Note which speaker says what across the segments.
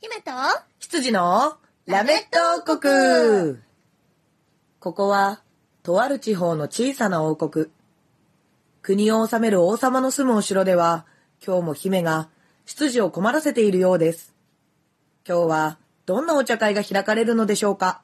Speaker 1: 姫と
Speaker 2: 羊のラメット王国ここは、とある地方の小さな王国。国を治める王様の住むお城では、今日も姫が執事を困らせているようです。今日は、どんなお茶会が開かれるのでしょうか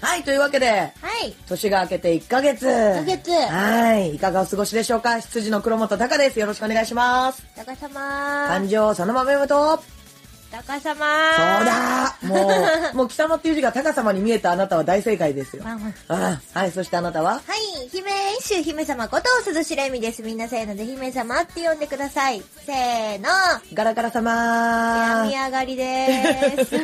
Speaker 2: はい、というわけで、
Speaker 1: はい
Speaker 2: 年が明けて1ヶ月。
Speaker 1: 1ヶ月
Speaker 2: はい。いかがお過ごしでしょうか羊の黒本隆です。よろしくお願いします。
Speaker 1: タカ様
Speaker 2: 誕生、そのまめむと。そう
Speaker 1: タカ様
Speaker 2: だ もう、もう貴様っていう字が高様に見えたあなたは大正解ですよ。
Speaker 1: ワンワン
Speaker 2: あはい、そしてあなたは
Speaker 1: はい、姫一種姫様こと鈴しれみです。みんなせーので姫様って呼んでください。せーの、
Speaker 2: ガラガラ様
Speaker 1: 病み上がり です。1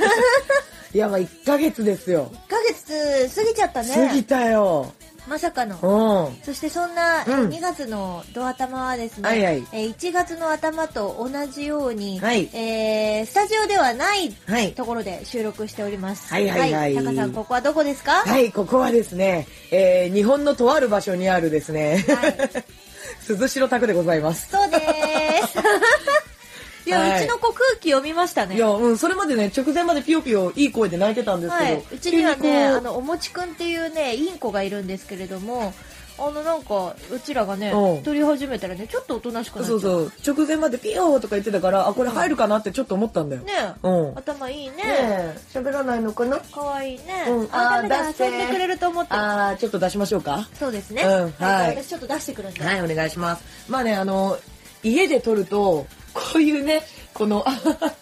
Speaker 2: いや、まあ1ヶ月ですよ。
Speaker 1: ヶ月過ぎちゃったね。
Speaker 2: 過ぎたよ。
Speaker 1: まさかの。
Speaker 2: うん。
Speaker 1: そしてそんな、え
Speaker 2: うん
Speaker 1: 2月のドア頭はですね、
Speaker 2: はいはい
Speaker 1: えー1月の頭と同じように、
Speaker 2: はい
Speaker 1: えースタジオではない
Speaker 2: はい
Speaker 1: ところで収録しております。
Speaker 2: はいはいはい
Speaker 1: タカさん、ここはどこですかは
Speaker 2: はい、ここはですね、えー、日本のとある場所にあるですね、
Speaker 1: い
Speaker 2: 鈴代宅でございます。
Speaker 1: そう でーす。いや、
Speaker 2: はいう
Speaker 1: ちの子空気読みましたね。
Speaker 2: いや、うん、それまでね、直前までピヨピヨいい声で泣いてたんですけど、
Speaker 1: はい、うちには
Speaker 2: 急
Speaker 1: ね、あ
Speaker 2: こ
Speaker 1: のおもちくんっていうね、インコがいるんですけれども。あのなんか、うちらがね
Speaker 2: うん、
Speaker 1: 撮り始めたらね、ちょっとおとなしくな
Speaker 2: う
Speaker 1: っちゃ。
Speaker 2: そううそう、直前までピヨーとか言ってたから、あ、これ入るかなってちょっと思ったんだよ。
Speaker 1: ねえ、
Speaker 2: うん。
Speaker 1: 頭いいね。
Speaker 2: ねえ喋らないのかな
Speaker 1: 可愛いね。
Speaker 2: うん
Speaker 1: あ、ダ
Speaker 2: あ
Speaker 1: メ
Speaker 2: ー
Speaker 1: だ、
Speaker 2: 出して
Speaker 1: 遊んでくれると思って。
Speaker 2: あー、ちょっと出しましょうか。
Speaker 1: そうですね。
Speaker 2: うんはい
Speaker 1: 私ちょっと出してくるんで。
Speaker 2: はい、お願いします。まあね、あの、家で撮ると、こういうね、この、あ はは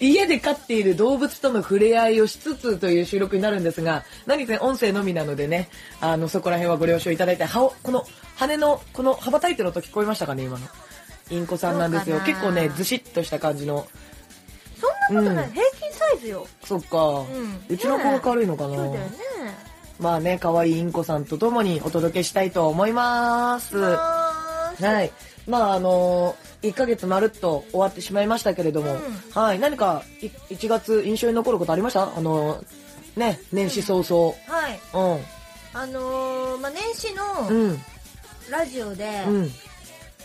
Speaker 2: 家で飼っている動物との触れ合いをしつつという収録になるんですが、何せ音声のみなのでね、あの、そこら辺はご了承いただいて、羽をこの、羽の、この羽ばたいてる音聞こえましたかね、今の。インコさんなんですよ。
Speaker 1: どうかな
Speaker 2: 結構ね、ずしっとした感じの。
Speaker 1: そんなことない、
Speaker 2: うん
Speaker 1: 平均サイズよ。
Speaker 2: そっか。
Speaker 1: う
Speaker 2: うんちの子が軽いのか
Speaker 1: そ
Speaker 2: な
Speaker 1: うだ。よね。
Speaker 2: まあね、可愛いインコさんと共にお届けしたいと思います。
Speaker 1: あー
Speaker 2: はい。まああの1ヶ月まるっと終わってしまいましたけれど
Speaker 1: う
Speaker 2: も、
Speaker 1: ん
Speaker 2: はい。何かい1月印象に残ることありましたあのね、年始早々。
Speaker 1: はい。
Speaker 2: うん。
Speaker 1: あのー、まあ、年始の
Speaker 2: うん。
Speaker 1: ラジオで、
Speaker 2: うん。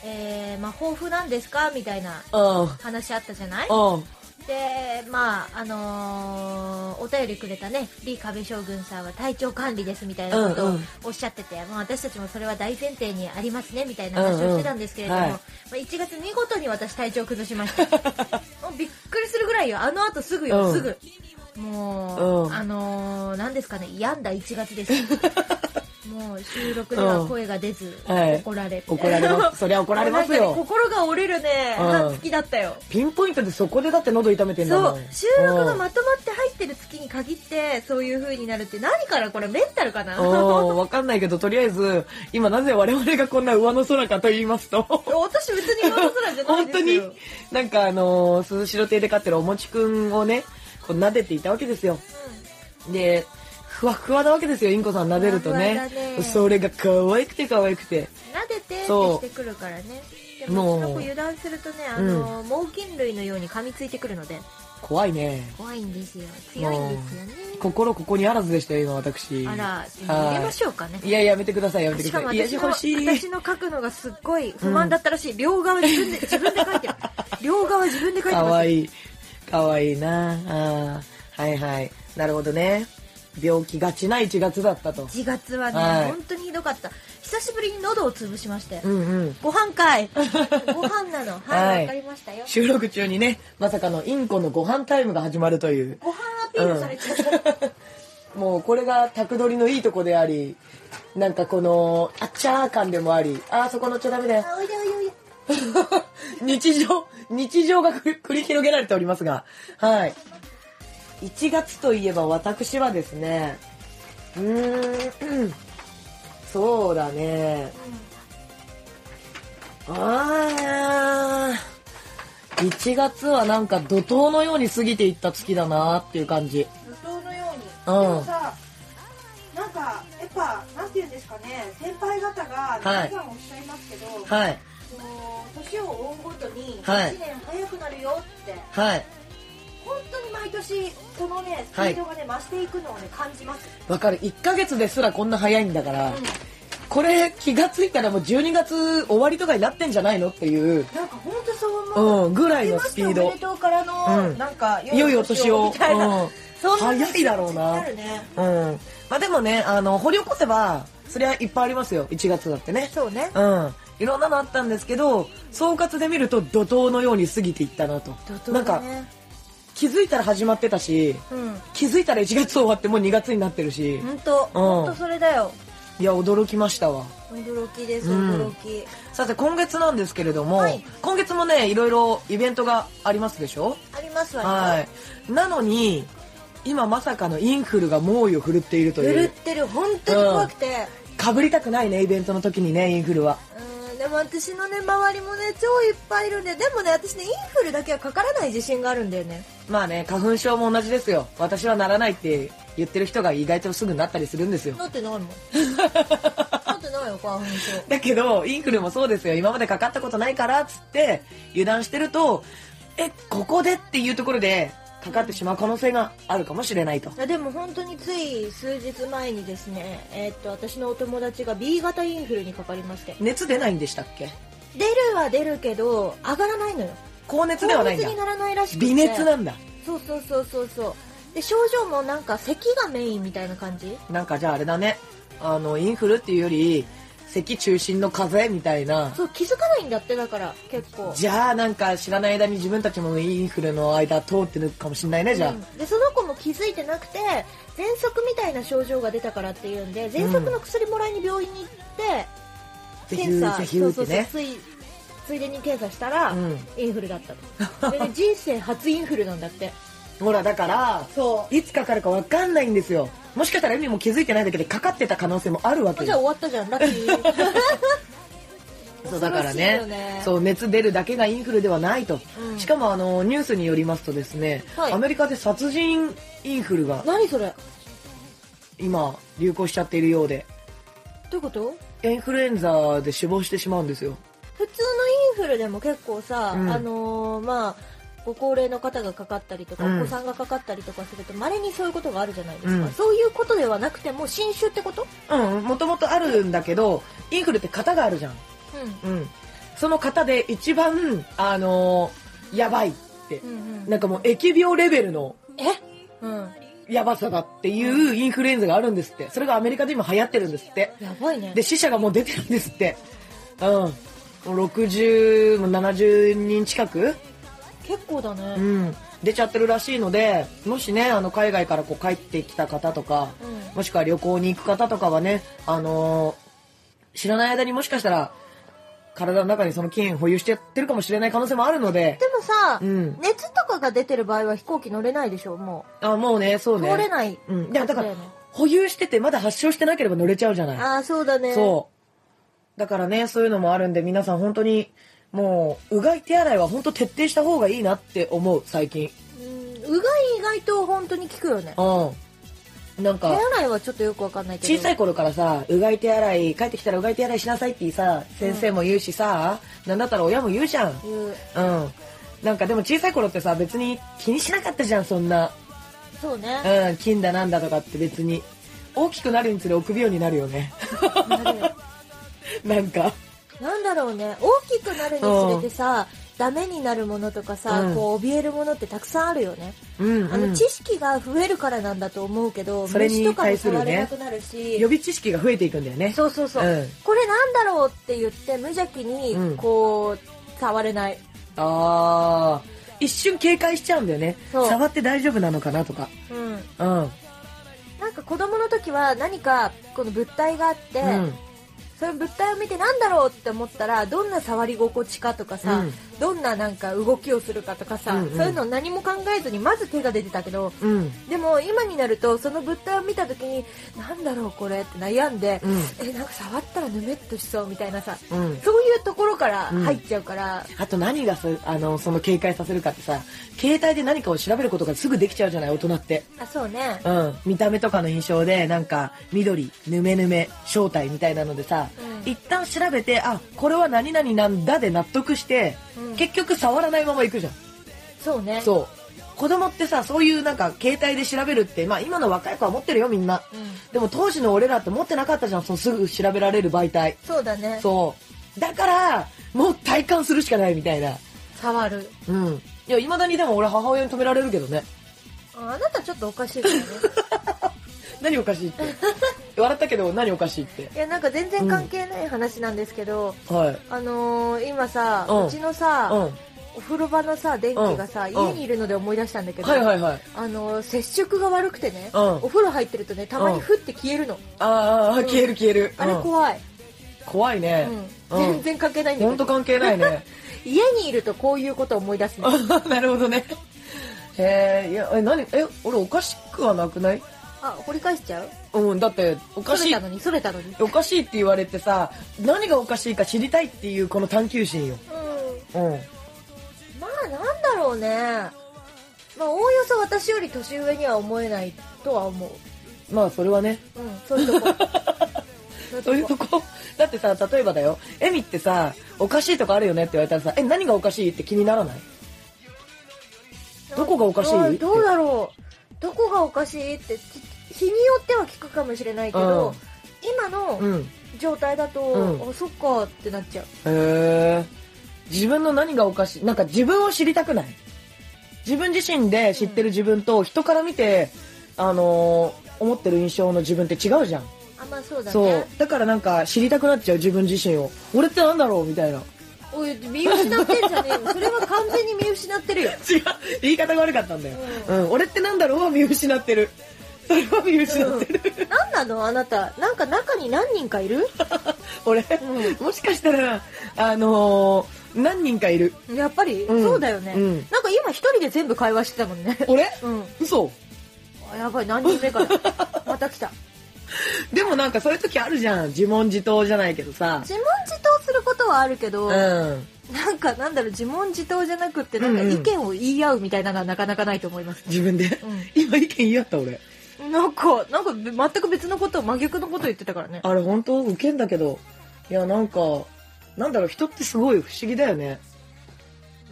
Speaker 1: えー、まあ、抱負なんですかみたいな
Speaker 2: あ
Speaker 1: 話あったじゃない
Speaker 2: あ。ああ。
Speaker 1: で、まあ、あのーお便りくれたね、リー壁将軍さんは体調管理ですみたいなこと
Speaker 2: うん
Speaker 1: を
Speaker 2: うん
Speaker 1: おっしゃってて、まあ私たちもそれは大前提にありますねみたいな話をしてたんですけれども、
Speaker 2: うんうんはい
Speaker 1: まあ、1月見事に私体調崩しま した。もうびっくりするぐらいよ、あの後すぐよ、
Speaker 2: うん
Speaker 1: すぐ。もう、
Speaker 2: うん
Speaker 1: あのー、何ですかね、病んだ1月 です。もう収録では声が出ず、
Speaker 2: うんはい
Speaker 1: 怒られて
Speaker 2: 怒られます。そりゃ怒られま す
Speaker 1: なんかね
Speaker 2: よ。
Speaker 1: 心が折れるね、
Speaker 2: うん
Speaker 1: 半月だったよ。
Speaker 2: ピンポイントでそこでだって喉痛めてんだ
Speaker 1: そ
Speaker 2: も。
Speaker 1: うん収録がまとまって入ってる月に限ってそういう風になるって何からこれメンタルかな
Speaker 2: うん
Speaker 1: 私
Speaker 2: うんわかんないけど、とりあえず、今なぜ我々がこんな上の空かと言いますと。
Speaker 1: 別に今の空じゃない
Speaker 2: 本
Speaker 1: で
Speaker 2: 当
Speaker 1: す
Speaker 2: に
Speaker 1: よ
Speaker 2: なんかあのー、鈴代亭で飼ってるおもちくんをねこう撫でていたわけですよでふわふわなわけですよインコさん撫でると
Speaker 1: ふわ
Speaker 2: ね
Speaker 1: ふわだね
Speaker 2: それが可愛くて可愛くて
Speaker 1: うん、撫でてって
Speaker 2: そう
Speaker 1: してくるからねで
Speaker 2: も
Speaker 1: も
Speaker 2: う
Speaker 1: うちの子油断するとねあの、猛禽類のように噛みついてくるので
Speaker 2: 怖いね
Speaker 1: 怖いんですよ強いんですよね
Speaker 2: 心ここにあらずでしたよ今私
Speaker 1: あら
Speaker 2: はい
Speaker 1: 入れましょうかね
Speaker 2: いやいややめてくださいやめて
Speaker 1: し
Speaker 2: く
Speaker 1: か
Speaker 2: だ
Speaker 1: も
Speaker 2: さい癒
Speaker 1: 私
Speaker 2: し
Speaker 1: の
Speaker 2: 欲しい
Speaker 1: 私の書くのがすっごい不満だったらしい、両側自分で自分で書いてる両側自分で書いてます
Speaker 2: 可愛い可愛いなあーはいはいなるほどね病気がちな1月だったと
Speaker 1: 1月はね、
Speaker 2: はい
Speaker 1: 本当にひどかった久しぶりに喉を潰しまして、
Speaker 2: うんうん
Speaker 1: ご飯か いご飯なのはい、
Speaker 2: はい
Speaker 1: わかりましたよ
Speaker 2: 収録中にねまさかのインコのご飯タイムが始まるという
Speaker 1: ご飯アピールされちゃった、
Speaker 2: もうこれが宅撮りのいいとこでありなんかこのあっちゃー感でもありあーそこ乗っちゃダメだよ
Speaker 1: あおいでおいでおいで
Speaker 2: 日常日常が繰り繰り広げられておりますがはい1月といえば私はですねうーんそうだねあー1月はなんか怒涛のように過ぎていった月だなっていう感じ
Speaker 3: 無双のように、
Speaker 2: うん
Speaker 3: でもさなんかやっぱなんて言うんですかね先輩方が
Speaker 2: い
Speaker 3: 皆さんおっしゃいますけど、
Speaker 2: はい
Speaker 3: こう年年を追うごとに
Speaker 2: はい
Speaker 3: 1年早くなるよって、
Speaker 2: はい。
Speaker 3: 本当に毎年このねスピ
Speaker 2: はい
Speaker 3: ードがね、増していくのをね感じます、
Speaker 2: わかる。1ヶ月ですらこんな早いんだから、
Speaker 3: う
Speaker 2: これ気がついたらもう12月終わりとかになってんじゃないのっていう、
Speaker 3: ん、なんか本当そう思う、
Speaker 2: うん、ぐらい
Speaker 3: 明け
Speaker 2: の
Speaker 3: ま
Speaker 2: ス
Speaker 3: し
Speaker 2: ピ
Speaker 3: て
Speaker 2: ー
Speaker 3: お
Speaker 2: ド
Speaker 3: めで。とうからの、
Speaker 2: うん
Speaker 3: なんか
Speaker 2: いよいよ年を。
Speaker 3: みたいな、
Speaker 2: うん
Speaker 3: そんな
Speaker 2: 早いだろうな
Speaker 3: 気持ちにるね
Speaker 2: うん。まあでもね、あの、掘り起こせば、そりゃいっぱいありますよ。1月だってね。
Speaker 3: そうね
Speaker 2: うん。いろんなのあったんですけど、総括で見ると怒涛のように過ぎていったなと。なんか、気づいたら始まってたし、
Speaker 1: うん
Speaker 2: 気づいたら1月終わってもう2月になってるし、
Speaker 1: 本当本当それだよ
Speaker 2: いや、驚きましたわ。
Speaker 1: 驚きです
Speaker 2: うん
Speaker 1: 驚き、
Speaker 2: さて、今月なんですけれども、
Speaker 1: はい
Speaker 2: 今月もね、いろいろイベントがありますでしょ
Speaker 1: ありますわね、
Speaker 2: はい。なのに、今まさかのインフルが猛威を振るっていると
Speaker 1: 狂
Speaker 2: い
Speaker 1: っ
Speaker 2: う。
Speaker 1: てる本当に怖くて、
Speaker 2: かぶりたくないね、イベントの時にね、インフルは。
Speaker 1: うんでも私のね周りもね超いっぱいいるんででもね私ねインフルだけはかからない自信があるんだよね
Speaker 2: まあね、花粉症も同じですよ。私はならないって言ってる人が意外とすぐなったりするんですよ。
Speaker 1: なって ないもんなってないよ花粉症
Speaker 2: だけど、インフルもそうですよ。今までかかったことないから、つって、油断してると、え、ここでっていうところで、かかってしまう可能性があるかもしれないと。
Speaker 1: いやでも本当につい数日前にですね、えーっと私のお友達が B 型インフルにかかりまして
Speaker 2: 熱出ないんでしたっけ
Speaker 1: 出るは出るけど上がらないのよ
Speaker 2: 高熱ではないん
Speaker 1: 高熱に
Speaker 2: だ。
Speaker 1: ならないらしくて
Speaker 2: 微熱なんだ。
Speaker 1: そうそうそうそうそうで症状もなんか咳がメインみたいな感じ
Speaker 2: なんかじゃああれだね。あの、インフルっていうより、咳中心の風邪みたいな。
Speaker 1: そう気づかないんだってだから結構
Speaker 2: じゃあなんか知らない間に自分たちもインフルの間通ってるかもしんないね、じゃあ。
Speaker 1: うんでその子も気づいてなくて喘息みたいな症状が出たからっていうんで喘息の薬もらいに病院に行って、
Speaker 2: ぜひ
Speaker 1: 検査
Speaker 2: ぜひ
Speaker 1: そ
Speaker 2: 打
Speaker 1: う
Speaker 2: っ
Speaker 1: そう
Speaker 2: て
Speaker 1: そう
Speaker 2: ね。
Speaker 1: ついついでに検査したら、
Speaker 2: うん
Speaker 1: インフルだ ったので、ね、人生初インフルなんだって
Speaker 2: ほら、だから、
Speaker 1: そう
Speaker 2: いつかかるかわかんないんですよ。もしかしたら海も気づいてないだけでかかってた可能性もあるわけ
Speaker 1: じゃあ
Speaker 2: よ。
Speaker 1: 終わったじゃんラッキ ー
Speaker 2: そうだから
Speaker 1: 恐ろしいよね
Speaker 2: ねそう、熱出るだけがインフルではないと。
Speaker 1: うん
Speaker 2: しかもあの、ニュースによりますとですね、
Speaker 1: はい
Speaker 2: アメリカで殺人インフルが
Speaker 1: 何それど
Speaker 2: 今流行しちゃっているようで、
Speaker 1: ういうこと
Speaker 2: インフルエンザで死亡してしまうんですよ。
Speaker 1: 普通のインフルでも結構さ、
Speaker 2: うん
Speaker 1: あのーまあご高齢の方がかかったりとか、
Speaker 2: うん
Speaker 1: お子さんがかかったりとかすると稀にそういうことがあるじゃないですか、
Speaker 2: うん
Speaker 1: そういうことではなくても新種ってこと、
Speaker 2: うん、もともとあるんだけど、インフルって型があるじゃん。うん。その型で一番、あのーやばいって
Speaker 1: う。んうん
Speaker 2: なんかもう疫病レベルの
Speaker 1: えうん
Speaker 2: やばさだっていうインフルエンザがあるんですって。それがアメリカで今流行ってるんですって。
Speaker 1: やばいね
Speaker 2: で、死者がもう出てるんですって。うん。もう60、もう70人近く
Speaker 1: 結構だね、
Speaker 2: うん。出ちゃってるらしいので、もしね、あの、海外からこう帰ってきた方とか、
Speaker 1: うん
Speaker 2: もしくは旅行に行く方とかはね、あのー知らない間にもしかしたら、体の中にその菌保有してやってるかもしれない可能性もあるので
Speaker 1: で、もさ、
Speaker 2: うん
Speaker 1: 熱とかが出てる場合は飛行機乗れないでしょも
Speaker 2: あ、もうね、そう
Speaker 1: う、
Speaker 2: ね。
Speaker 1: 通れない、
Speaker 2: うん。いや、だから
Speaker 1: よね、
Speaker 2: 保有しててまだ発症してなければ乗れちゃうじゃない。
Speaker 1: ああそうだね
Speaker 2: そう。だからね、そういうのもあるんで、皆さん本当に、もう、うがい手洗いは本当徹底した方がいいなって思う、最近。
Speaker 1: うんうがい意外と本当に効くよね
Speaker 2: うん。なん
Speaker 1: 手
Speaker 2: か、
Speaker 1: 洗いはちょっとよくわかんないけど
Speaker 2: 小さい頃からさ、うがい手洗い、帰ってきたらうがい手洗いしなさいってさ、先生も言うしさ、なんだったら親も言うじゃん。
Speaker 1: いう
Speaker 2: うん。なんかでも小さい頃ってさ、別に気にしなかったじゃん、そんな。
Speaker 1: そうね
Speaker 2: うん、金だなんだとかって別に。大きくなるにつれ臆病になるよね。
Speaker 1: なるよ
Speaker 2: なんか。
Speaker 1: なんだろうね大きくなるにつれてさ、ダメになるものとかさ、
Speaker 2: うん
Speaker 1: こう怯えるものってたくさんあるよね、
Speaker 2: うん、うん。
Speaker 1: あの知識が増えるからなんだと思うけど
Speaker 2: それ
Speaker 1: 虫
Speaker 2: に
Speaker 1: とかも
Speaker 2: 対するね
Speaker 1: 触れなくなるし
Speaker 2: 予備知識が増えていくんだよね。
Speaker 1: そうそうそう、
Speaker 2: うん
Speaker 1: これなんだろうって言って無邪気
Speaker 2: う
Speaker 1: に
Speaker 2: ん
Speaker 1: こう触れない、
Speaker 2: ああ、一瞬警戒しちゃうんだよね。
Speaker 1: そう
Speaker 2: 触って大丈夫なのかなとか。
Speaker 1: うん
Speaker 2: うん。
Speaker 1: なんか子供の時は何かこの物体があって、
Speaker 2: うん。
Speaker 1: その物体を見てなんだろうって思ったらどんな触り心地かとかさ、
Speaker 2: うん
Speaker 1: どんななんか動きをするかとかさ、
Speaker 2: うんうん
Speaker 1: そういうの何も考えずにまず手が出てたけど
Speaker 2: うん。
Speaker 1: でも今になるとその物体を見た時になんだろうこれって悩んで、
Speaker 2: う
Speaker 1: えなんか触ったらぬめっとしそうみたいなさ
Speaker 2: うん。
Speaker 1: そういうところから入っちゃうから、
Speaker 2: あと何がそあのその警戒させるかってさ携帯で何かを調べることがすぐできちゃうじゃない大人って、
Speaker 1: あそうね
Speaker 2: うん、見た目とかの印象でなんか緑ぬめぬめ正体みたいなのでさ、
Speaker 1: うん
Speaker 2: 一旦調べてあこれは何々なんだで納得して、
Speaker 1: うん
Speaker 2: 結局触らないまま行くじゃん
Speaker 1: そうね
Speaker 2: そう子供ってさそういうなんか携帯で調べるってまあ今の若い子は持ってるよみんな
Speaker 1: うん
Speaker 2: でも当時の俺らって持ってなかったじゃんそのすぐ調べられる媒体
Speaker 1: そうだね
Speaker 2: そうだからもう体感するしかないみたいな
Speaker 1: 触る
Speaker 2: うんいやいまだにでも俺母親に止められるけどね
Speaker 1: ああなたちょっとおかしいからね
Speaker 2: 何おかしいって 笑ったけど何おかしいって
Speaker 1: いやなんか全然関係ない話なんですけど、
Speaker 2: はい
Speaker 1: あのー、今さ、
Speaker 2: う
Speaker 1: うんちのさ、
Speaker 2: う
Speaker 1: お風呂場のさ電気がさ、
Speaker 2: うん
Speaker 1: 家にいるので思い出したんだけ
Speaker 2: ん
Speaker 1: ど、
Speaker 2: はいはいはい
Speaker 1: あのー接触が悪くてね、
Speaker 2: うん
Speaker 1: お風呂入ってるとねたまにふって消えるの、
Speaker 2: あーあー
Speaker 1: うん
Speaker 2: 消える消える、
Speaker 1: あれ
Speaker 2: うん
Speaker 1: 怖い、
Speaker 2: 怖いね
Speaker 1: う、ん
Speaker 2: うん
Speaker 1: 全然関係ないんだ
Speaker 2: ほ
Speaker 1: け
Speaker 2: んと
Speaker 1: ど
Speaker 2: 関係な いね
Speaker 1: 家にいるとこういうことを思い出すの
Speaker 2: あなるほどねへえいやえ何え俺おかしくはなくない
Speaker 1: あ掘り返しちゃう
Speaker 2: うんだっておか
Speaker 1: そ
Speaker 2: し
Speaker 1: れ
Speaker 2: い
Speaker 1: たのにそれたのに
Speaker 2: おかしいって言われてさ何がおかしいか知りたいっていうこの探求心よ
Speaker 1: うん
Speaker 2: うん
Speaker 1: まあなんだろうねまあおおよそ私より年上には思えないとは思
Speaker 2: まあそれはね
Speaker 1: ううんそういうとこ
Speaker 2: そういうとこだってさ例えばだよエミってさおかしいとかあるよねって言われたらさえ何がおかしいって気にならないどこがおかしい
Speaker 1: あどうだろうどこがおかしいってき日によっては聞くかもしれないけど、
Speaker 2: うん
Speaker 1: 今の
Speaker 2: うん
Speaker 1: 状態だと、
Speaker 2: うん
Speaker 1: あそっかってなっちゃう
Speaker 2: へえ自分の何がおかしいなんか自分を知りたくない自分自身で知ってる自分と人から見て、あのー思ってる印象の自分って違うじゃん
Speaker 1: あまあそうだ
Speaker 2: そ
Speaker 1: ね
Speaker 2: うだからなんか知りたくなっちゃう自分自身を俺ってなんだろうみた いな
Speaker 1: おい見失ってんじゃねえよ それは完全に見失ってるよ
Speaker 2: 違う言い方が悪かったんだよ、うん俺ってなんだろうは見失ってるそれは見失ってる、
Speaker 1: 何なのあなたなんか中に何人かいる
Speaker 2: 俺、もしかしたらあのー何人かいる
Speaker 1: やっぱり、
Speaker 2: うん
Speaker 1: そうだよね、
Speaker 2: うん
Speaker 1: なんか今一人で全部会話してたもんね
Speaker 2: 俺、
Speaker 1: うん
Speaker 2: 嘘
Speaker 1: あやばい何人目 かだまた来た
Speaker 2: でもなんかそういう時あるじゃん自問自答じゃないけどさ
Speaker 1: 自問自答することはあるけど、
Speaker 2: うん
Speaker 1: なんかなんだろう自問自答じゃなくってなんか
Speaker 2: うんうん
Speaker 1: 意見を言い合うみたいなのはなかなかないと思います、
Speaker 2: 自分で、
Speaker 1: ん
Speaker 2: 今意見言い合った俺
Speaker 1: なんかなんかべ全く別のことを真逆のことを言ってたからね
Speaker 2: あれ本当ウケんだけどいやなんかなんだろう人ってすごい不思議だよね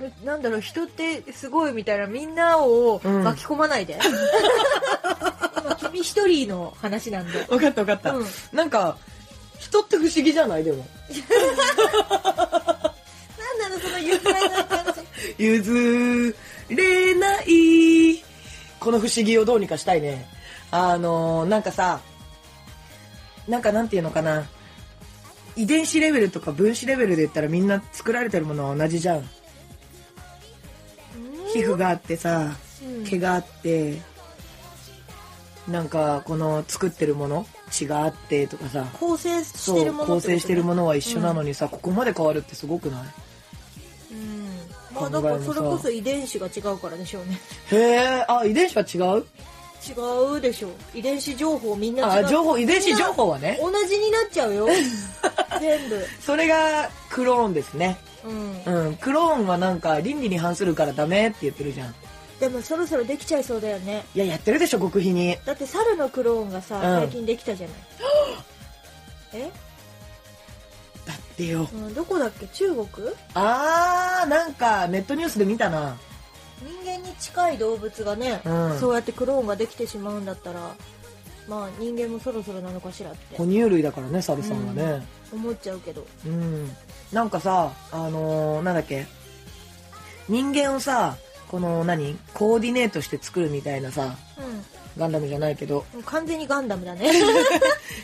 Speaker 1: えなんだろう人ってすごいみたいなみんなを
Speaker 2: うん
Speaker 1: 巻き込まない で、今君一人の話なんで
Speaker 2: 分かった分かった、
Speaker 1: うん
Speaker 2: なんか人って不思議じゃないでも
Speaker 1: なんなのその愉快な感じ
Speaker 2: 譲れないこの不思議をどうにかしたいねあのーなんかさなんかなんていうのかな遺伝子レベルとか分子レベルで言ったらみんな作られてるものは同じじゃん皮膚があってさ
Speaker 1: うん
Speaker 2: 毛があってなんかこの作ってるもの血があってとかさ
Speaker 1: 構成し
Speaker 2: そ
Speaker 1: て
Speaker 2: う
Speaker 1: るもの
Speaker 2: 構
Speaker 1: ってことね
Speaker 2: 成してるものは一緒なのにさ、ここまで変わるってすごくない
Speaker 1: うんまあだからそれこそ遺伝子が違うからでしょうね
Speaker 2: へえあ遺伝子は違う
Speaker 1: 違うでしょう遺伝子情報みんな違
Speaker 2: あ
Speaker 1: う
Speaker 2: 情報遺伝子情報はね
Speaker 1: 同じになっちゃう よ全部
Speaker 2: それがクローンですね
Speaker 1: うん
Speaker 2: うんクローンはなんか倫理に反するからダメって言ってるじゃん
Speaker 1: でもそろそろできちゃいそうだよね
Speaker 2: いややってるでしょ極秘に
Speaker 1: だって猿のクローンがさ、
Speaker 2: ん
Speaker 1: 最近できたじゃない え、
Speaker 2: だってよ
Speaker 1: うん、どこだっけ中国
Speaker 2: あーなんかネットニュースで見たな
Speaker 1: 人間に近い動物がね、
Speaker 2: うん
Speaker 1: そうやってクローンができてしまうんだったらまあ人間もそろそろなのかしらって
Speaker 2: 哺乳類だからね猿さんはね、
Speaker 1: 思っちゃうけど
Speaker 2: うん、なんかさあのーなんだっけ人間をさこの何コーディネートして作るみたいなさ
Speaker 1: う
Speaker 2: ガンダムじゃないけど
Speaker 1: んもう完全にガンダムだ ね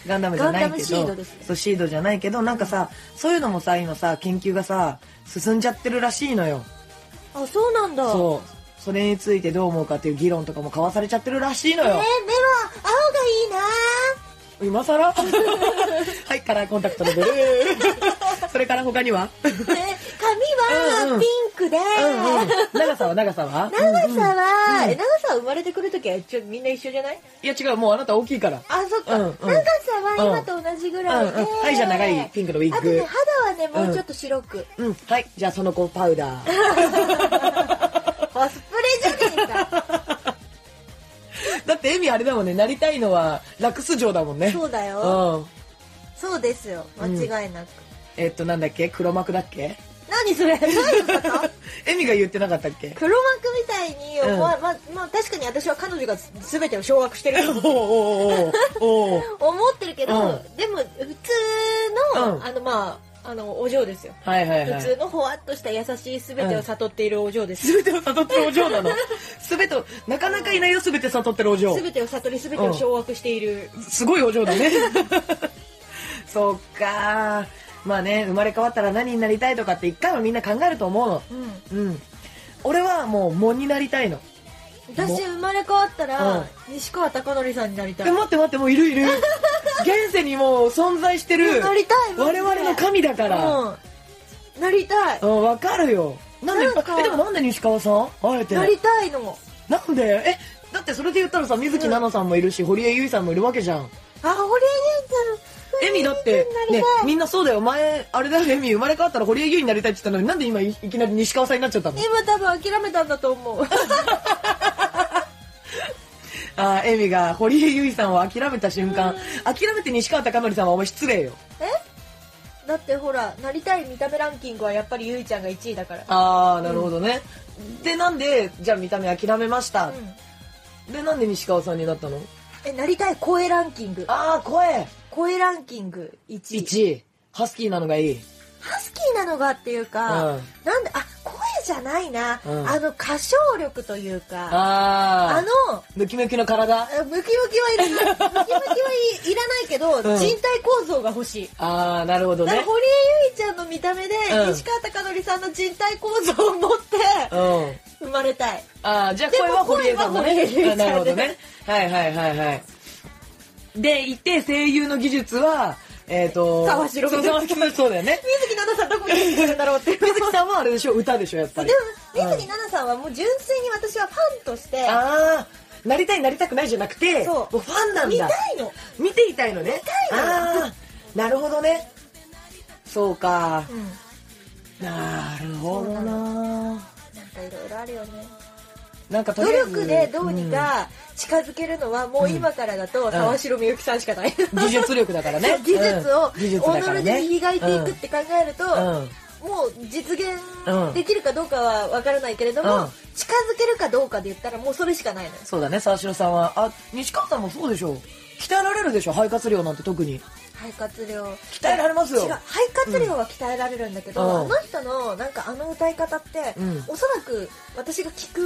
Speaker 2: ガンダムじゃない
Speaker 1: ガンダ
Speaker 2: けど
Speaker 1: ムシードですね
Speaker 2: そうシードじゃないけどなんかさそういうのもさ今さ研究がさ進んじゃってるらしいのよ
Speaker 1: あそうなんだ
Speaker 2: そうそれについてどう思うかっていう議論とかも交わされちゃってるらしいの
Speaker 1: えー、目
Speaker 2: よ
Speaker 1: は青
Speaker 2: 今更 はいカラーコンタクトのブルーそれから他には
Speaker 1: がいいなー、え髪
Speaker 2: うんう
Speaker 1: は
Speaker 2: ん
Speaker 1: ピンクで、
Speaker 2: うんうん長さは長さは
Speaker 1: 長さは、
Speaker 2: うん
Speaker 1: え長さは生まれてくるときはちょみんな一緒じゃない
Speaker 2: いや違うもうあなた大きいから
Speaker 1: あそっか、
Speaker 2: うんう
Speaker 1: 長
Speaker 2: ん
Speaker 1: さは今と同じぐらいで、
Speaker 2: うんうんはいじゃあ長いピンクのウィッグ
Speaker 1: あとね肌はねもうちょっと白く、
Speaker 2: うん、はい。じゃあその子パウダー。
Speaker 1: コスプレじゃねえ か
Speaker 2: だってエミあれだもんね、なりたいのはラクス嬢だもんね。
Speaker 1: そうだよ
Speaker 2: うん。
Speaker 1: そうですよ間違いなく、
Speaker 2: えっと、なんだっけ黒幕だっけ
Speaker 1: 何それ何のこと
Speaker 2: エミが言ってなかったっ け
Speaker 1: 黒幕みたいに、
Speaker 2: うん
Speaker 1: まあまあまあ、確かに私は彼女が全てを掌握してると
Speaker 2: おおおおお
Speaker 1: 思ってるけど、
Speaker 2: うん
Speaker 1: でも普通の、
Speaker 2: うん
Speaker 1: あのまああのお嬢ですよ
Speaker 2: はいはいは
Speaker 1: 普
Speaker 2: い。
Speaker 1: 通のほわっとした優しい全てを悟っているお嬢です、
Speaker 2: すべてを悟ってるお嬢 なの。すべてを、なかなかいないよ、すべて悟ってるお嬢。
Speaker 1: 全てを悟り全てを掌握している、
Speaker 2: すごいお 嬢だね。そっかまあね、生まれ変わったら何になりたいとかって一回はみんな考えると思うの。
Speaker 1: うん
Speaker 2: うん。俺はもう、藻になりたいの。も
Speaker 1: 私生まれ変わったら、
Speaker 2: うん
Speaker 1: 西川貴教さんになりたい
Speaker 2: え、待って待って、もういる いる。現世にもう存在してる、
Speaker 1: なりたいマジ
Speaker 2: 我
Speaker 1: で
Speaker 2: 々の神だから。
Speaker 1: うん、なりたい
Speaker 2: うん、わかるよ。なんで、
Speaker 1: なんか
Speaker 2: え、でもなんで西川さんあえて。
Speaker 1: なりたいの
Speaker 2: なんでえ、だってそれで言ったらさ、水木奈々さんもいるし、堀江由衣さんもいるわけじゃん。
Speaker 1: あ俺
Speaker 2: エミだっ
Speaker 1: な、
Speaker 2: て
Speaker 1: りたい
Speaker 2: ね、みんなそうだよ。前、あれだよ、エミ、生まれ変わったら堀江優になりたいって言ったのに、なんで今いいきなり西川さんになっちゃったの
Speaker 1: 今多分諦めたんだと思 う
Speaker 2: あーエミが堀江優さんを諦めた瞬間、諦めて西川貴教さんはお前失礼よ。
Speaker 1: だってほらなりたい見た目ランキングはやっぱりゆいちゃんが1位だから
Speaker 2: あー、なるほどね。で、なんで、じゃあ見た目諦めました。
Speaker 1: うん
Speaker 2: で、なんで西川さんになったの
Speaker 1: えなりたい声ランキング
Speaker 2: あー、声
Speaker 1: 声ランキング1位
Speaker 2: !1 位。ハスキーなのがいい。
Speaker 1: ハスキーなのがっていうか、
Speaker 2: うん
Speaker 1: なんであ声じゃないな、
Speaker 2: うん
Speaker 1: あの歌唱力というかあ
Speaker 2: あー、
Speaker 1: の
Speaker 2: ムキムキの体。
Speaker 1: ムキムキはい らない。ムキムキはいいらないけど、
Speaker 2: ん
Speaker 1: 人体構造が欲しい。
Speaker 2: あー、なるほど
Speaker 1: だから。
Speaker 2: ね
Speaker 1: 堀江由衣ちゃんの見た目で、
Speaker 2: うん
Speaker 1: 西川貴教さんの人体構造を持って
Speaker 2: うん。
Speaker 1: 生まれたい。
Speaker 2: ああ、じゃあ声は堀江さんの
Speaker 1: で
Speaker 2: ね
Speaker 1: も声は堀江。さ
Speaker 2: あ
Speaker 1: んね
Speaker 2: なるほどね。はいはいはいはい。で、いて声優の技術は、えっ、と、
Speaker 1: 沢城
Speaker 2: そう沢城そうだよね。
Speaker 1: 水木奈々さんどこに出てくるんだろうって。 でも、
Speaker 2: 水木さんはあれでしょ、歌でしょ、やっぱり。
Speaker 1: 水木奈々さんはもう純粋に私はファンとして、
Speaker 2: ああ、なりたいなりたくないじゃなくて、
Speaker 1: そう
Speaker 2: もファンなんだ。
Speaker 1: 見たいの。
Speaker 2: 見ていたいのね。
Speaker 1: 見たいの
Speaker 2: ああ、なるほどね。そうか。
Speaker 1: うん。
Speaker 2: なるほど
Speaker 1: そうな
Speaker 2: な。
Speaker 1: なんかいろいろあるよね。
Speaker 2: なんかと
Speaker 1: 努
Speaker 2: りあえず
Speaker 1: 力でどうに、か近づけるのはもう今からだと沢城みゆきさんしかない。。
Speaker 2: うん技術力だからね
Speaker 1: 技術を
Speaker 2: うん技術だから
Speaker 1: 己で
Speaker 2: ね。
Speaker 1: 磨いていくって考えると、
Speaker 2: うんうん
Speaker 1: もう実現できるかどうかは分からないけれども、
Speaker 2: うん
Speaker 1: 近づけるかどうかで言ったらもうそれしかないのよ
Speaker 2: そうだね、沢城さんは。あ、西川さんもそうでしょう。鍛えられるでしょ、肺活量なんて特に。
Speaker 1: 肺活量
Speaker 2: 鍛えられますよ
Speaker 1: 違う肺活量は鍛えられるんだけど、
Speaker 2: うん
Speaker 1: あの人のなんかあの歌い方って、
Speaker 2: うん
Speaker 1: おそらく私が聞く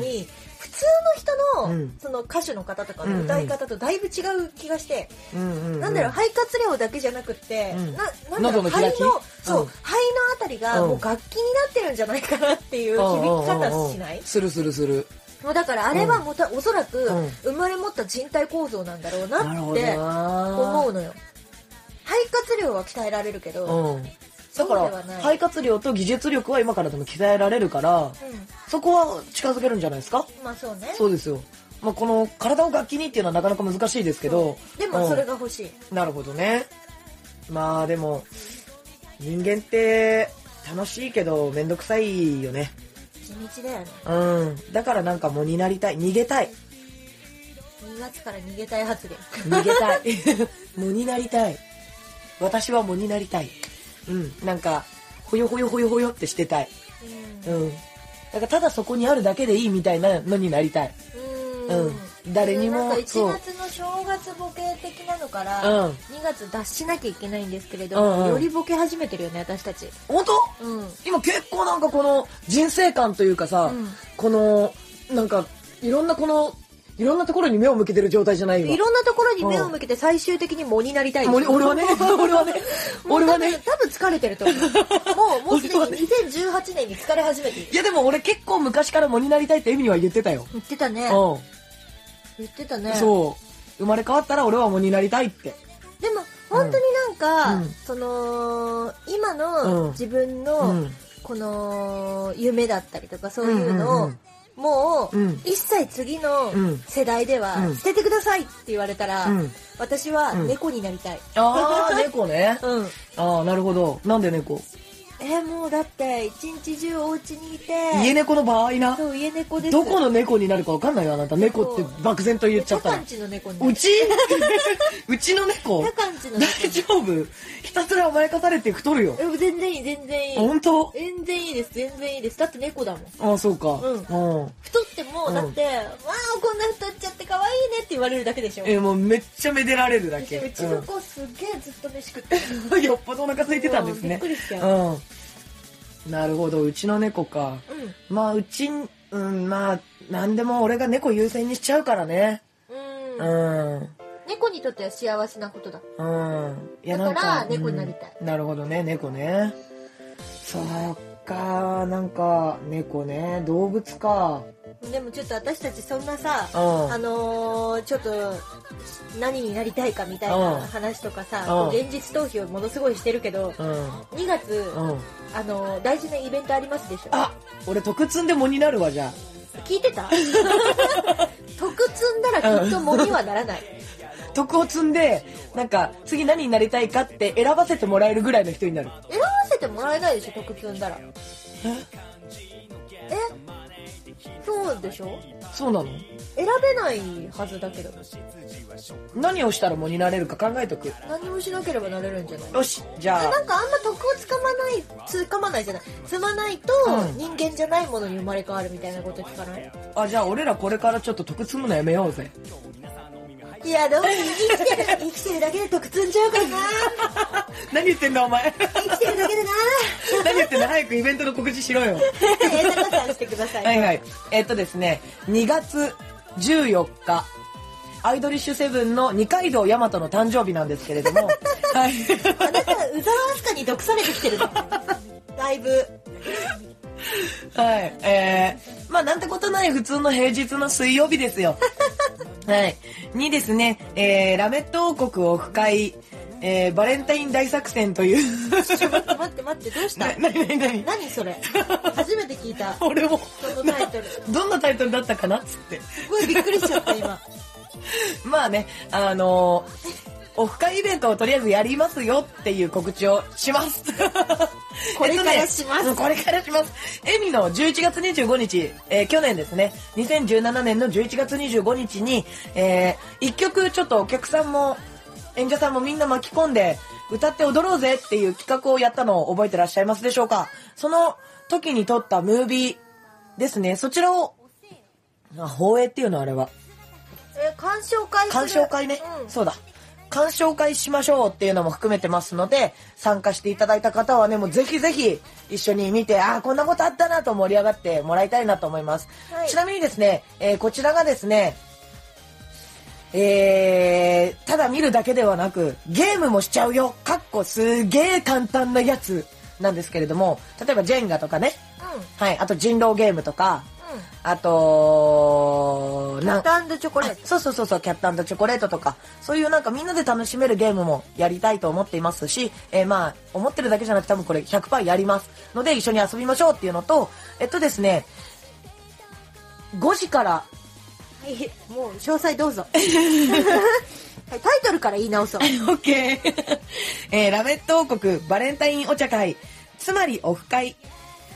Speaker 1: に、普通の人の,、
Speaker 2: うん
Speaker 1: その歌手の方とかの歌い方とだいぶ違う気がして、
Speaker 2: うんうん、
Speaker 1: なんだろう肺活量だけじゃなくって、
Speaker 2: う
Speaker 1: なな
Speaker 2: ん
Speaker 1: んだろ
Speaker 2: 喉
Speaker 1: う
Speaker 2: の
Speaker 1: 肺
Speaker 2: 開き
Speaker 1: のそう、
Speaker 2: うん
Speaker 1: 肺のあたりが
Speaker 2: うん
Speaker 1: もう楽器になってるんじゃないかなっていう響き方しない
Speaker 2: するするする。
Speaker 1: もうだからあれはもた、おそらく
Speaker 2: うん
Speaker 1: 生まれ持った人体構造なんだろう
Speaker 2: なる
Speaker 1: なっ
Speaker 2: ほど
Speaker 1: て
Speaker 2: な。
Speaker 1: 思うのよ肺活量は鍛えられるけど、うん
Speaker 2: うん。だか
Speaker 1: そうで
Speaker 2: ら
Speaker 1: はない
Speaker 2: 肺活量と技術力は今からでも鍛えられるからそこは近づけるんじゃないですか
Speaker 1: まあそうね
Speaker 2: そうですよ、まあ、この体を楽器にっていうのはなかなか難しいですけど
Speaker 1: で
Speaker 2: う
Speaker 1: も
Speaker 2: ん
Speaker 1: それが欲しい、
Speaker 2: なるほどねまあでも人間って楽しいけど面倒くさいよね
Speaker 1: 地道だよね
Speaker 2: うん、だからなんかもうになりたい逃げたい
Speaker 1: 2月から逃げたい発言
Speaker 2: 逃げたい もうになりたい私はもうになりたいうんなんかほよほよほよほよってしてたいうんだからただそこにあるだけでいいみたいなのになりたい
Speaker 1: うん
Speaker 2: うん誰にも
Speaker 1: なんか1
Speaker 2: そう
Speaker 1: 月の正月ボケ的なのから、
Speaker 2: うん
Speaker 1: 2月脱しなきゃいけないんですけれど、
Speaker 2: うんうん
Speaker 1: よりボケ始めてるよね私たち
Speaker 2: 本当
Speaker 1: うん
Speaker 2: 今結構なんかこの人生観というかさ、
Speaker 1: うん
Speaker 2: このなんかいろんなこのいろんなところに目を向けてる状態じゃない今
Speaker 1: いろんなところに目を向けて最終的にもになりたい
Speaker 2: もう俺 はね俺はね
Speaker 1: もう
Speaker 2: 俺はね
Speaker 1: 多分多分疲れてると思うもうもうすでに2018年に疲れ始めている
Speaker 2: いやでも俺結構昔からもになりたいって意味には言ってたよ、
Speaker 1: 言ってたね
Speaker 2: うん
Speaker 1: 言ってたね
Speaker 2: そう生まれ変わったら俺はもになりたいって
Speaker 1: でも本当になんか、
Speaker 2: うん
Speaker 1: その今
Speaker 2: うん
Speaker 1: の自分
Speaker 2: う
Speaker 1: の
Speaker 2: ん
Speaker 1: この夢だったりとかそういうの
Speaker 2: うんうんう
Speaker 1: を
Speaker 2: ん
Speaker 1: もう
Speaker 2: うん
Speaker 1: 一切次の
Speaker 2: うん
Speaker 1: 世代で
Speaker 2: う
Speaker 1: は
Speaker 2: ん
Speaker 1: 捨ててくださいって言われたら
Speaker 2: うん
Speaker 1: 私は
Speaker 2: うん
Speaker 1: 猫になりたい。
Speaker 2: ああ猫ね
Speaker 1: うん
Speaker 2: ああなるほどなんで猫
Speaker 3: えーもうだって一日中お家にいて
Speaker 2: 家猫の場合な。
Speaker 3: そう家猫です
Speaker 2: どこの猫になるかわかんないよ、あなた。猫って漠然と言っちゃった
Speaker 1: タ
Speaker 2: ら
Speaker 1: ン。チの猫にな
Speaker 2: う
Speaker 1: る
Speaker 2: ち うちの猫
Speaker 1: タカンチの猫
Speaker 2: 大丈夫ひたすら甘やかされて太るよ。
Speaker 1: え全然いい全然いい
Speaker 2: 本当
Speaker 1: 全然いいです全然いいですだって猫だもん
Speaker 2: ああ、そうか。
Speaker 1: う
Speaker 2: うん。
Speaker 1: 太っても、
Speaker 2: うん
Speaker 1: だって「わあこんな太っちゃって可愛いね」って言われるだけでしょ
Speaker 2: え、もうめっちゃめでられるだけ。
Speaker 3: うちの子すっげえずっと飯食ってる
Speaker 2: うん よっぽどお腹空いてたんです
Speaker 1: もうびっ
Speaker 2: ね
Speaker 1: く。りしちゃう
Speaker 2: うん。なるほど、うちの猫か。
Speaker 1: うん
Speaker 2: まあ、うちん、うん、まあ、なんでも俺が猫優先にしちゃうからね。
Speaker 1: うん
Speaker 2: うん。うん。
Speaker 1: 猫にとっては幸せなことだ
Speaker 2: いや、
Speaker 1: だか
Speaker 2: なん
Speaker 1: ら
Speaker 2: か。
Speaker 1: 猫になりたい
Speaker 2: うんなるほどね、猫ね。そうか、なんか、猫ね、動物か。
Speaker 1: でもちょっと私たちそんなさ
Speaker 2: うん
Speaker 1: あのーちょっと何になりたいかみたい
Speaker 2: うん
Speaker 1: な話とかさ
Speaker 2: うん
Speaker 1: こう現実逃避をものすごいしてるけど
Speaker 2: うん。
Speaker 1: 2月
Speaker 2: うん。
Speaker 1: あのー大事なイベントありますでしょ
Speaker 2: あ俺、特訓でもになるわ、じゃあ。
Speaker 1: 聞いてた得積んだらきっともにはならない
Speaker 2: 徳を積んで、なんか、次何になりたいかって選ばせてもらえるぐらいの人になる。
Speaker 1: 選ばせてもらえないでしょ得積んだらえそうでしょ
Speaker 2: そうなの
Speaker 1: 選べないはずだけど
Speaker 2: 何をしたらもになれるか考えとく。
Speaker 1: 何もしなければなれるんじゃない
Speaker 2: よし、じゃあ
Speaker 1: な。んかあんま徳をつかまないつかまないじゃない積まないと
Speaker 2: うん
Speaker 1: 人間じゃないものに生まれ変わるみたいなこと聞かない
Speaker 2: あじゃあ俺らこれからちょっと得積むのやめようぜ
Speaker 1: いやどう生きてる生きてるだけで得積んじゃうからな
Speaker 2: 何言ってんだお前
Speaker 1: 生きてるだけでな
Speaker 2: 何言ってんだ早くイベントの告知しろよ
Speaker 1: えータカさんしてください
Speaker 2: はいはいえっとですね2月14日アイドリッシュセブンの二階堂大和の誕生日なんですけれど もはい
Speaker 1: あなた宇沢明日香に毒されてきてるのだいぶ
Speaker 2: はい。えー、まあなんてことない普通の平日の水曜日です よ。はい。にですね、えー、ラメット王国オフ会、えー、バレンタイン大作戦という。
Speaker 1: ちょ待って待って待ってどうした
Speaker 2: な、なになになに
Speaker 1: 何それ初めて聞い たこ
Speaker 2: 俺も、
Speaker 1: のタイトルす
Speaker 2: どんなタイトルだったかなっつって。
Speaker 1: ごいびっくりしちゃった今
Speaker 2: まあね、あのーオフ会イベントをとりあえずやりますよっていう告知をします。
Speaker 1: これからします
Speaker 2: えっとね うんこれからします。エミの11月25日、えー去年ですね、2017年の11月25日に、えー一曲ちょっとお客さんも演者さんもみんな巻き込んで歌って踊ろうぜっていう企画をやったのを覚えてらっしゃいますでしょうかその時に撮ったムービーですね、そちらを、あ放映っていうのあれは。
Speaker 1: えー鑑賞会する
Speaker 2: 鑑賞会ね、
Speaker 1: うん
Speaker 2: そうだ鑑賞会しましょうっていうのも含めてますので参加していただいた方はねもうぜひぜひ一緒に見てああこんなことあったなと盛り上がってもらいたいなと思います、
Speaker 1: はい
Speaker 2: ちなみにですね、えーこちらがですねえーただ見るだけではなくゲームもしちゃうよかっこすげえ簡単なやつなんですけれども例えばジェンガとかね、はい、あと人狼ゲームとか
Speaker 1: うんうん
Speaker 2: あと
Speaker 1: キャ
Speaker 2: なん
Speaker 1: ットアンドチョコレート
Speaker 2: あそうそうそうそうキャットチョコレートとかそういうなんかみんなで楽しめるゲームもやりたいと思っていますし、えーまあ思ってるだけじゃなく多分これ100%やりますので一緒に遊びましょうっていうのとえっとですね5時から
Speaker 1: はい、もう詳細どう ぞ、はい、タイトルから言い直そう
Speaker 2: オッケー。 えーラメット王国バレンタインお茶会、つまりオフ会。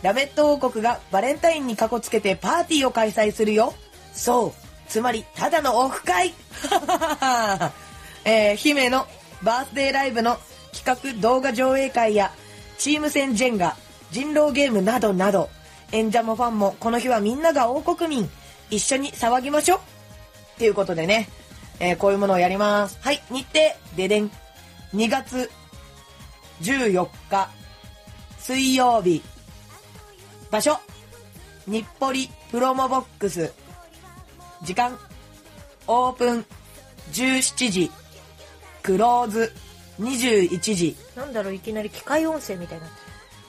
Speaker 2: ラメット王国がバレンタインにかこつけてパーティーを開催するよ。そう、つまりただのオフ会。 えー姫のバースデーライブの企画動画上映会や、チーム戦ジェンガ、人狼ゲームなどなど、演者もファンもこの日はみんなが王国民、一緒に騒ぎましょう。っていうことでね、えーこういうものをやります。はい、日程、ででん。2月14日、水曜日。場所、日暮里プロモボックス。時間、オープン17時、クローズ21時。
Speaker 1: なんだろういきなり機械音声みたいになって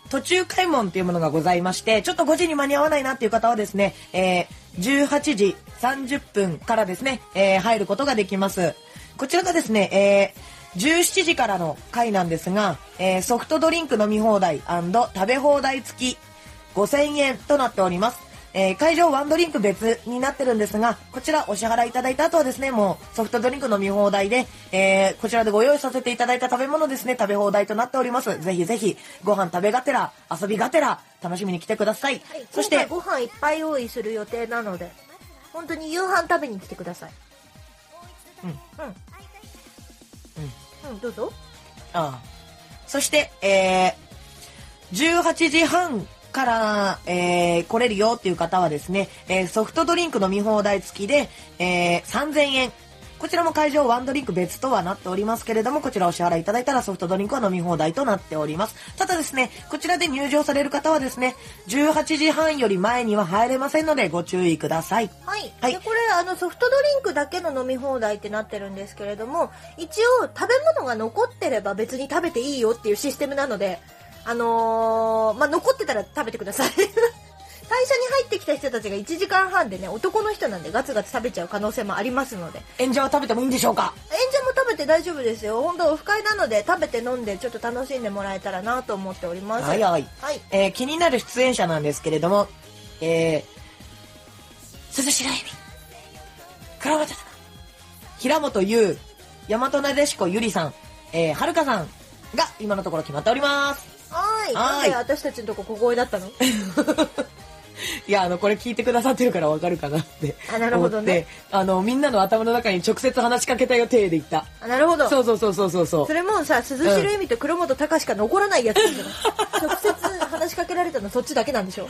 Speaker 2: 途中開門というものがございまして、ちょっと5時に間に合わないなっていう方はですね、えー18時30分からですね、えー入ることができます。こちらがですね、えー17時からの回なんですが、えーソフトドリンク飲み放題食べ放題付き5000円となっております。ええー会場ワンドリンク別になってるんですが、こちらお支払いいただいた後はですね、もうソフトドリンク飲み放題で、えーこちらでご用意させていただいた食べ物ですね、食べ放題となっております。ぜひぜひ、ご飯食べがてら、遊びがてら、楽しみに来てください。そ
Speaker 1: そ
Speaker 2: し、
Speaker 1: しててご飯いっぱい用意する予定なので本当に夕飯食べに来てください
Speaker 2: うん
Speaker 1: うんうんどうぞ
Speaker 2: ああそして、えー、18時半から、えー来れるよっていう方はですね、えーソフトドリンク飲み放題付きで、えー3000円。こちらも会場ワンドリンク別とはなっておりますけれども、こちらお支払いいただいたらソフトドリンクは飲み放題となっております。ただですね、こちらで入場される方はですね、18時半より前には入れませんのでご注意ください。
Speaker 1: はい、
Speaker 2: はい
Speaker 1: でこれあのソフトドリンクだけの飲み放題ってなってるんですけれども一応食べ物が残ってれば別に食べていいよっていうシステムなのであのーまあ残ってたら食べてください 最初に入ってきた人たちが1時間半でね男の人なんでガツガツ食べちゃう可能性もありますので
Speaker 2: 演者は食べてもいいんでしょうか
Speaker 1: 演者も食べて大丈夫ですよ本当オフ会なので食べて飲んでちょっと楽しんでもらえたらなと思っております
Speaker 2: はいはい
Speaker 1: はい
Speaker 2: えー気になる出演者なんですけれども、えー、鈴代恵美、倉本さん、平本優、大和なでしこゆりさん、えー、はるかさんが今のところ決まっております。
Speaker 1: はい
Speaker 2: は
Speaker 1: ないんで私たちのとこ小声だったの
Speaker 2: いや、あの、これ聞いてくださってるからわかるかなって
Speaker 1: あなるほどね
Speaker 2: 思って。あの、みんなの頭の中に直接話しかけた予定で言った。
Speaker 1: あなるほど
Speaker 2: そうそうそうそうそうそう
Speaker 1: そ。れもさ鈴代恵美と黒本隆しか残らないやつなんじゃない直接話しかけられたのそっちだけなんでしょ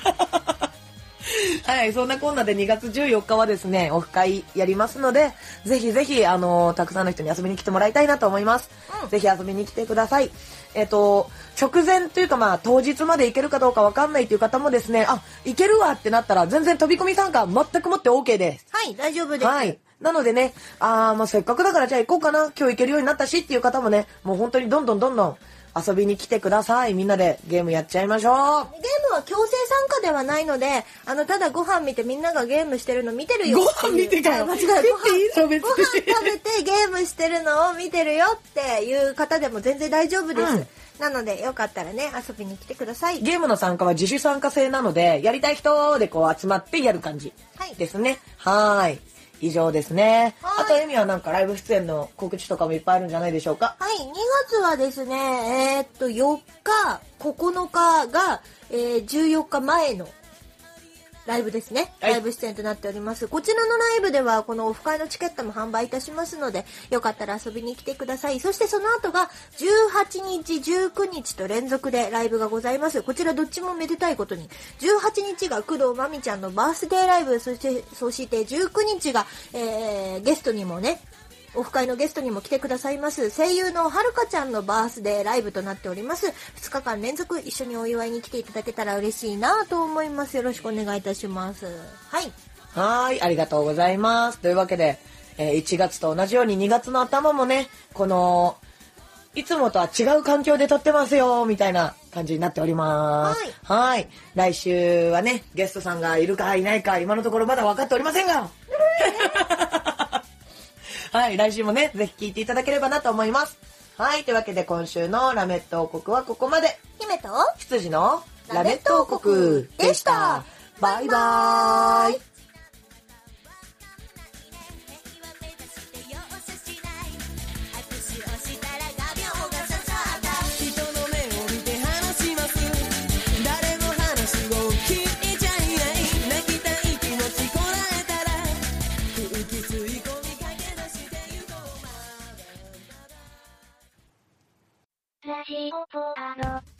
Speaker 2: はい、そんなこんなで2月14日はですね、オフ会やりますので、ぜひぜひ、あのーたくさんの人に遊びに来てもらいたいなと思います。
Speaker 1: うん
Speaker 2: ぜひ遊びに来てください。えっ、と、直前というかまあ、当日まで行けるかどうかわかんないという方もですね、あ、行けるわってなったら、全然飛び込み参加全くもって OK です。
Speaker 1: はい大丈夫です、
Speaker 2: はい。なのでね、あーまあせっかくだからじゃあ行こうかな、今日行けるようになったしっていう方もね、もう本当にどんどんどんどん遊びに来てください。みんなでゲームやっちゃいましょ
Speaker 1: ゲ
Speaker 2: う。
Speaker 1: ームは強制参加ではないのであのただご飯見てみんながゲームしてるの見てるよ
Speaker 2: ご
Speaker 1: っていう
Speaker 2: 飯見てかよ
Speaker 1: あ間違えたご
Speaker 2: 食っていいの
Speaker 1: 飯
Speaker 2: 別に
Speaker 1: ご飯食べてゲームしてるのを見てるよっていう方でも全然大丈夫です、
Speaker 2: うん
Speaker 1: なのでよかったらね遊びに来てください
Speaker 2: ゲームの参加は自主参加制なので、やりたい人でこう集まってやる感じ
Speaker 1: はい
Speaker 2: ですね。はーい。以上ですね。
Speaker 1: はーい
Speaker 2: あと、エミはなんかライブ出演の告知とかもいっぱいあるんじゃないでしょうか。
Speaker 1: はい、2月はですね、えーっと、4日、9日が、えー14日前のライブですね。
Speaker 2: はい
Speaker 1: ライブ出演となっております。こちらのライブでは、このオフ会のチケットも販売いたしますので、よかったら遊びに来てください。そしてその後が、18日、19日と連続でライブがございます。こちらどっちもめでたいことに。18日が工藤まみちゃんのバースデーライブ、そして、そして19日が、えーゲストにもね、オフ会のゲストにも来てくださいます声優のはるかちゃんのバースデーライブとなっております2日間連続一緒にお祝いに来ていただけたら嬉しいなと思いますよろしくお願いいたしますはい
Speaker 2: はーい。ありがとうございます。というわけで、えー1月と同じように2月の頭もね、この、いつもとは違う環境で撮ってますよ、みたいな感じになっております。はーい。来週はね、ゲストさんがいるかいないか、今のところまだ分かっておりません が。はい、来週もね、ぜひ聞いていただければなと思います。はい、というわけで今週のラメット王国はここまで。
Speaker 1: 姫と
Speaker 2: 羊のラメット王国でした。バイバーイ。
Speaker 4: 人の目を見て話します誰の話を聞いちゃいない泣きたい気持ちこらえたら空気吸い込み駆け出してゆこうまだまだ
Speaker 5: ラジオポアド。